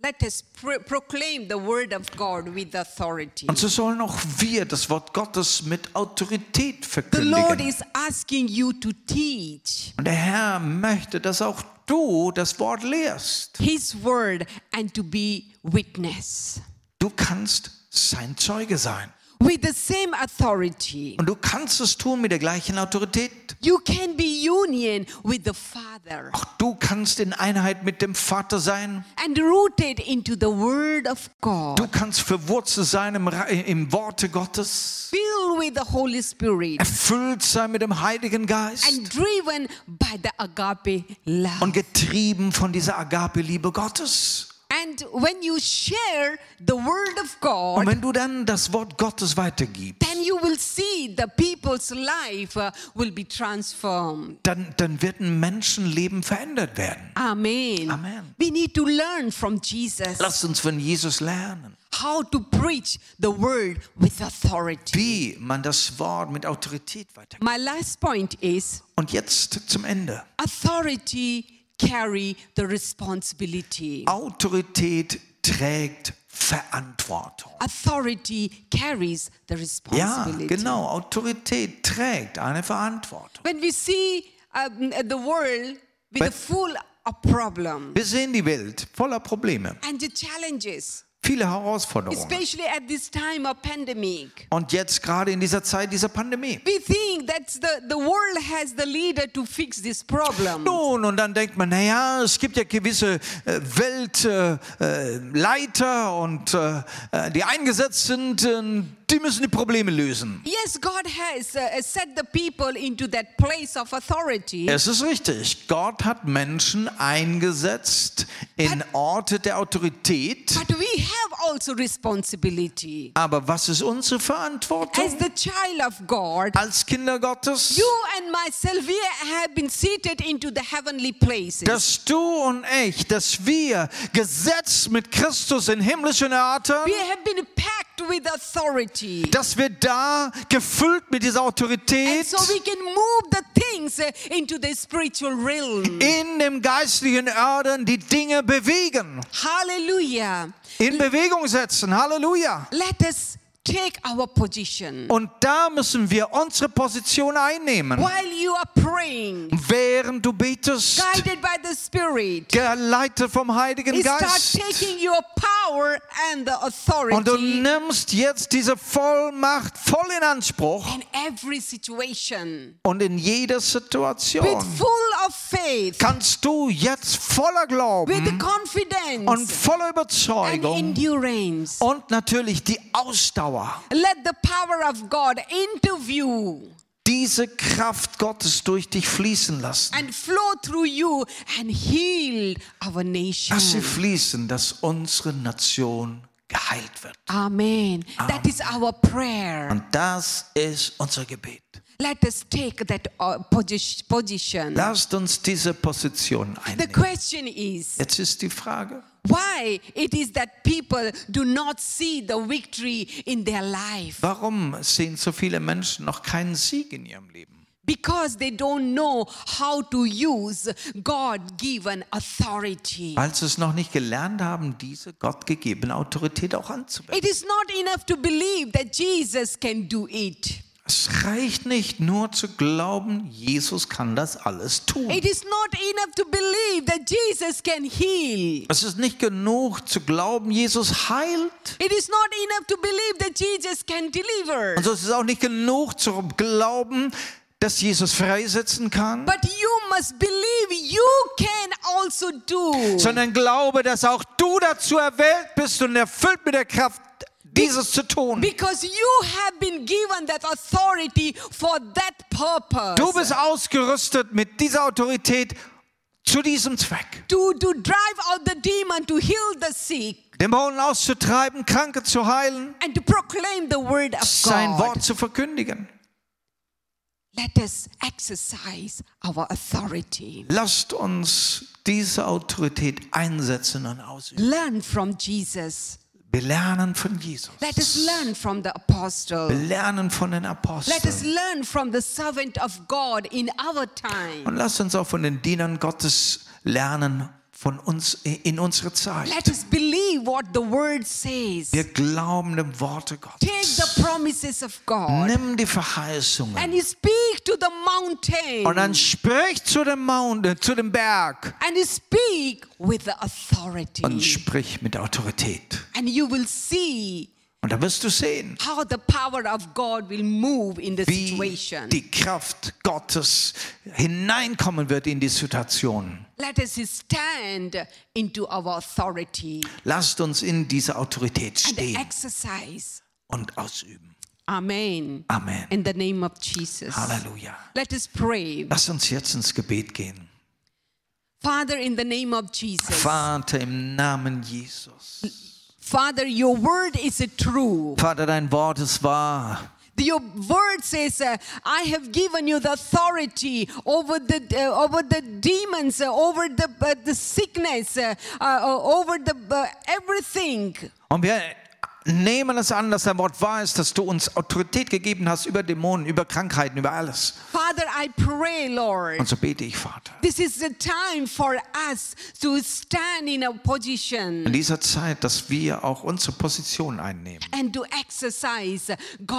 Let us pro- proclaim the word of God with authority.
Und so sollen auch wir das Wort Gottes mit Autorität
The Lord
verkündigen.
is asking you to teach
Und der Herr möchte, dass auch du das Wort lehrst.
his word and to be witness
Du kannst sein Zeuge sein.
with the same authority.
Und du kannst es tun mit der gleichen Autorität.
You can be union with the Father
Auch du kannst in Einheit mit dem Vater sein.
and rooted into the word of God,
Du kannst verwurzelt sein im, Ra- im Worte Gottes.
filled with the Holy Spirit.
Erfüllt sein mit dem Heiligen Geist.
and driven by the agape love.
Und getrieben von dieser Agape-Liebe Gottes.
and when you share the word of
Und
God,
wenn du dann das Wort Gottes weitergibst,
then you will see the people's life uh, will be transformed.
dann, dann wird ein Menschenleben verändert werden.
Amen.
Amen.
We need to learn from Jesus
Lasst uns von Jesus lernen,
how to preach the word with authority.
wie man das Wort mit Autorität weitergibt.
My last point is
Und jetzt zum Ende.
authority carry the responsibility.
Autorität trägt Verantwortung.
Authority carries the
Ja,
responsibility.
genau. Autorität trägt eine Verantwortung.
When we see um, the world with a full of problem
Wir sehen die Welt voller Probleme,
and the challenges,
viele Herausforderungen.
especially at this time of pandemic,
Und jetzt gerade in dieser Zeit dieser Pandemie.
we think that the, the world has the leader to fix this problem.
Nun, und dann denkt man, naja, es gibt ja gewisse äh, Weltleiter äh, Leiter und äh, äh, die eingesetzt sind, äh, die müssen die Probleme lösen.
Yes, God has uh, set the people into that place of authority,
Es ist richtig, Gott hat Menschen eingesetzt in Orte der Autorität.
but we have also responsibility.
Aber was ist unsere
As
Verantwortung
the child of God,
als Kinder Gottes?
you and myself, we have been seated into the heavenly places.
Dass du und ich, dass wir gesetzt mit Christus in himmlischen Orten,
We have been packed with authority.
dass wir da gefüllt mit dieser
And
Autorität
so we can move the things uh, into the spiritual realm.
in dem geistlichen Erden die Dinge bewegen,
Hallelujah.
in Bewegung setzen. Halleluja.
Let us take our position.
Und da müssen wir unsere Position einnehmen.
While you are praying,
Während du betest,
guided by the Spirit,
geleitet vom Heiligen
you start
Geist.
taking your power and the
Und du
authority
nimmst jetzt diese Vollmacht voll in Anspruch
in every situation.
und in jeder
With
Situation
full of faith,
kannst du jetzt voller
with the
Glauben und
confidence
voller
and
Überzeugung
endurance.
und natürlich die Ausdauer
Let the power of God interview
diese Kraft Gottes durch dich fließen lassen.
and flow through you and heal our nation.
Dass sie fließen, dass unsere Nation geheilt wird.
Amen. That is our prayer.
Und das ist unser Gebet.
Let us take that uh, posi- position.
Lasst uns diese Position
The
einnehmen.
question is
Jetzt ist die Frage,
why it is that people do not see the victory in their life
warum sehen so viele Menschen noch keinen Sieg in ihrem Leben?
because they don't know how to use God-given authority.
Weil sie es noch nicht gelernt haben, diese gottgegebene Autorität auch anzuwenden.
It is not enough to believe that Jesus can do it.
Es reicht nicht nur zu glauben, Jesus kann das alles tun.
It is not enough to believe that Jesus can heal.
Es ist nicht genug zu glauben, Jesus heilt.
It is not enough to believe that Jesus can deliver.
Und so ist es auch nicht genug zu glauben, dass Jesus freisetzen kann.
But you must believe you can also do.
sondern glaube, dass auch du dazu erwählt bist und erfüllt mit der Kraft, dieses zu tun.
Because you have been given that authority for that
Du
purpose.
bist ausgerüstet mit dieser Autorität zu diesem Zweck.
To, to drive out the demon, to heal the sick,
Dämonen auszutreiben, Kranke zu heilen,
and to proclaim the word of
sein
God.
Wort zu verkündigen.
Let us exercise our authority.
Lasst uns diese Autorität einsetzen und ausüben.
Learn from Jesus.
Wir lernen von Jesus.
Let us learn from the apostle.
Wir lernen von den
Let us
Aposteln.
learn from the servant of God in our time.
Und lasst uns auch von den Dienern Gottes lernen, von uns in unserer Zeit.
Let us believe what the word says.
Wir glauben dem Worte
Take
Gottes.
the promises of God
Nimm die Verheißungen
and you speak to the
und
mountain
dann sprich zu dem Mount, äh, zu dem Berg
and you speak with the authority.
und sprich mit Autorität.
And you will see
Und da wirst du sehen,
how the power of God will move in the
wie
situation.
die Kraft Gottes hineinkommen wird in die Situation.
Let us stand into our authority
Lasst uns in dieser Autorität
and
stehen
exercise.
und ausüben.
Amen.
Amen.
In the name of Jesus.
Halleluja.
Let us pray.
Lass uns jetzt ins Gebet gehen.
Father, in the name of Jesus.
Vater, im Namen Jesus.
Father, your word is uh, true.
Vater, dein Wort ist wahr.
Your word says, uh, "I have given you the authority over the uh, over the demons, uh, over the uh, the sickness, uh, uh, over the uh, everything."
Und wir nehmen es an, dass dein Wort wahr ist, dass du uns Autorität gegeben hast über Dämonen, über Krankheiten, über alles.
Father, I pray, Lord.
Und so bete ich, Vater.
This is the time for us to stand in a
In
position
dieser Zeit, dass wir auch unsere Position einnehmen,
and to exercise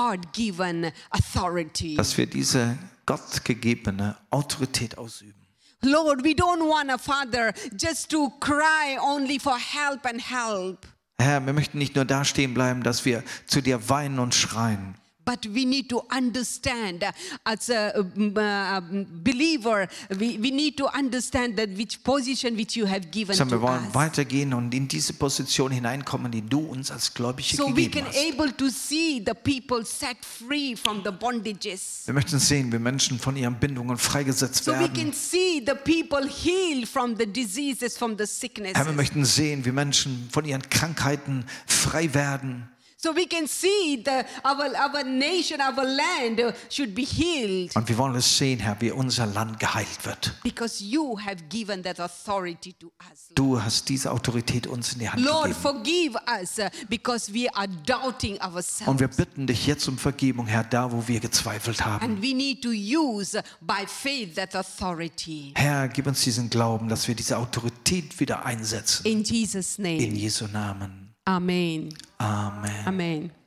God-given authority.
dass wir diese gottgegebene Autorität ausüben.
Lord, we don't want a father just to cry only for help and help,
Herr, wir möchten nicht nur da stehen bleiben, dass wir zu dir weinen und schreien,
but we need to understand uh, as a um, uh, believer, we, we need to understand that which position which you have given
sondern
to
wir wollen
us.
weitergehen und in diese Position hineinkommen, die du uns als Gläubige
So we can
gegeben hast.
able to see the people set free from the bondages.
Wir möchten sehen, wie Menschen von ihren Bindungen freigesetzt
So we
werden.
can see the people healed from the diseases, from the sicknesses.
Herr, wir möchten sehen, wie Menschen von ihren Krankheiten frei werden.
So we can see the, our, our nation, our land uh, should be healed.
Und wir wollen es sehen, Herr, wie unser Land geheilt wird.
Because you have given that authority to us.
Du hast diese Autorität uns in die Hand
Lord,
gegeben.
forgive us uh, because we are doubting
Und
ourselves.
wir bitten dich jetzt um Vergebung, Herr, da wo wir gezweifelt haben.
And we need to use uh, by faith that authority.
Herr, gib uns diesen Glauben, dass wir diese Autorität wieder einsetzen.
In Jesus'
In
name.
Jesu Namen.
Amen.
Amen.
Amen.